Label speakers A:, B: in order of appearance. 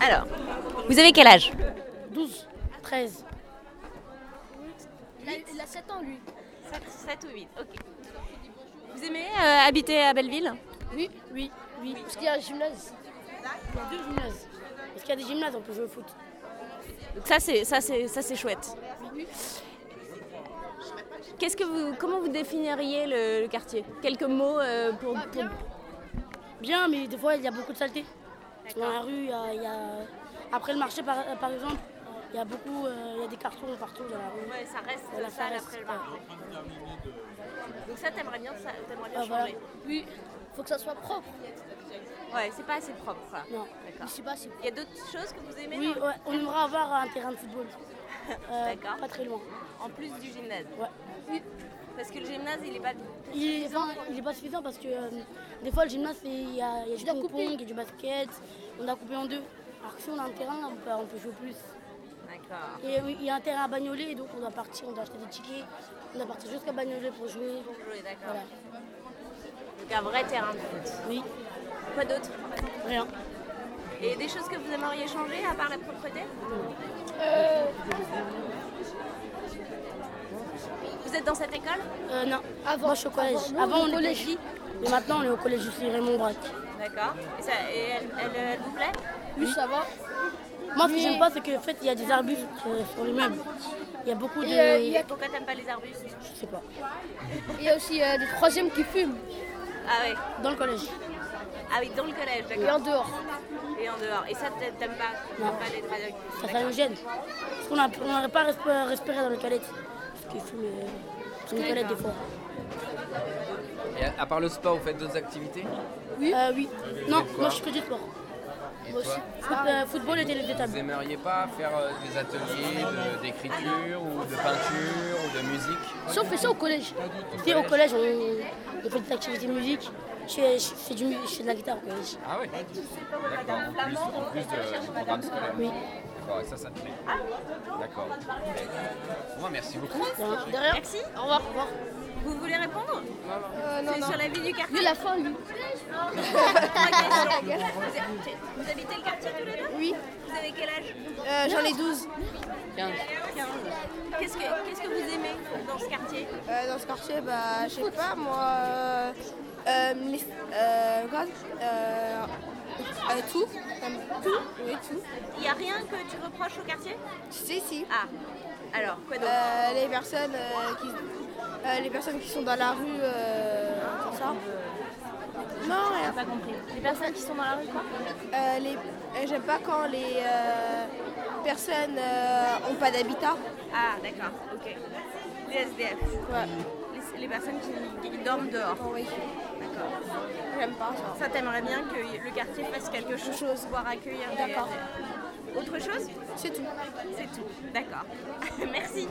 A: Alors, vous avez quel âge
B: 12, 13.
C: Il a, il a 7 ans, lui.
A: 7, ou 8, ok. Vous aimez euh, habiter à Belleville
B: Oui, oui, oui. Parce qu'il y a un gymnase. Il y a deux gymnases. Parce qu'il y a des gymnases, on peut jouer au foot.
A: Donc ça c'est ça c'est ça c'est chouette. Qu'est-ce que vous comment vous définiriez le, le quartier Quelques mots euh, pour, pour-
B: Bien, mais des fois, il y a beaucoup de saleté. Dans la rue, il y a, il y a- Après le marché, par, par exemple, il y a beaucoup. euh, il y a des cartons partout dans la rue.
A: Ouais, ça reste
B: Voilà,
A: ça
B: ça reste,
A: après le bar. Donc ça t'aimerais bien ça t'aimerais bien
B: Ah, voilà.
A: changer.
C: Oui. Faut que ça soit propre.
A: Ouais, c'est pas assez propre. quoi.
B: Non.
C: Je
A: D'accord.
C: sais pas, c'est
A: Il y a d'autres choses que vous aimez
B: Oui,
A: dans-
B: ouais, on aimerait avoir un terrain de football. Euh,
A: D'accord.
B: Pas très loin.
A: en plus du gymnase
B: Ouais.
A: parce que le gymnase il est pas
B: Il est, pas, il est pas suffisant parce que euh, des fois le gymnase c'est- il y a, il y a du ping pong et du basket, on a coupé en deux. Alors que si on a un terrain, on peut, on peut jouer plus.
A: D'accord.
B: Et oui, il y a un terrain à bagnoler, donc on doit partir, on doit acheter des tickets, on doit partir jusqu'à bagnoler pour jouer.
A: Oui, d'accord.
B: Voilà.
A: Donc un vrai terrain de foot.
B: Oui,
A: Quoi d'autre
B: rien.
A: Et des choses que vous aimeriez changer à part la propreté Euh. Vous êtes dans cette école
B: Euh, non, avant, je suis au collège.
C: avant,
B: Avant,
C: nous,
B: on
C: au
B: était
C: collège.
B: ici, mais maintenant on est au collège ici, Raymond Braque.
A: D'accord. Et, ça- et elle, elle- elle vous plaît
C: Lui, ça va.
B: Moi, ce que
C: Mais-
B: j'aime pas, c'est qu'en fait il y a des arbustes euh, sur les meubles. Il y a beaucoup de.
C: Et euh, il y a,
A: Pourquoi t'aimes pas les arbustes
B: Je sais pas.
C: il y a aussi euh, des troisièmes qui fument.
A: Ah oui.
B: Dans le collège.
A: Ah oui, dans le collège,
C: Et en
A: d'accord.
C: dehors.
A: Et en dehors. Et ça, t'a- t'aimes pas T'aimes pas les traductions
B: Ça, ça nous gêne. Parce qu'on a- on n'aurait pas resp- respiré dans les toilettes. Parce qu'il fume euh, dans les toilettes des fois.
D: Et à à part le sport, vous faites d'autres activités
B: Oui euh, Oui. Non,
D: quoi
B: moi je fais du sport.
D: Et toi
B: Foot-
C: Ah
B: euh, football et tennis de
D: Vous
B: table.
D: aimeriez pas faire euh, des ateliers de- d'écriture ou de peinture ou de musique
C: Si on fait ça au collège.
B: Tu sais, au collège, on, on fait des activités de musique. Je fais, je fais du mu- je fais de la guitare au collège.
D: Ah oui D'accord, en plus, en plus de, du programme scolaire.
B: Oui.
D: D'accord, et ça, ça te plaît. D'accord. Moi, merci beaucoup.
C: Derrière.
A: Merci.
C: Au revoir. Au revoir.
A: Vous voulez répondre C'est sur la vie du quartier.
C: Lui, la fin, lui.
A: Trois questions. Vous vous habitez le quartier tous les deux
E: Oui.
A: Vous avez quel âge
E: Euh, J'en ai 12.
A: 15. Qu'est-ce que, qu'est-ce que vous aimez dans ce quartier
E: Euh, dans ce quartier, bah, je sais pas, moi. euh, euh, les- euh, quoi, euh, euh, tout. Comme tout. Oui, tout.
A: Il n'y a rien que tu reproches au quartier
E: Si, si.
A: Ah, alors, quoi d'autre
E: Euh, les, personnes, euh, qui, euh, les personnes qui sont dans la rue, euh, c'est ça Non, rien.
A: Pas compris. Les personnes qui sont dans la rue, quoi
E: Euh, les- euh, J'aime pas quand les euh, personnes euh, ont pas d'habitat.
A: Ah, d'accord, ok. Les SDF,
E: Ouais,
A: les, les personnes qui, qui dorment dehors.
E: oui.
A: D'accord.
E: J'aime pas ça.
A: Ça, t'aimerais bien que le quartier fasse quelque chose, voire accueillir des
E: D'accord.
A: SDF. Autre chose
E: C'est tout.
A: C'est tout. D'accord. Merci.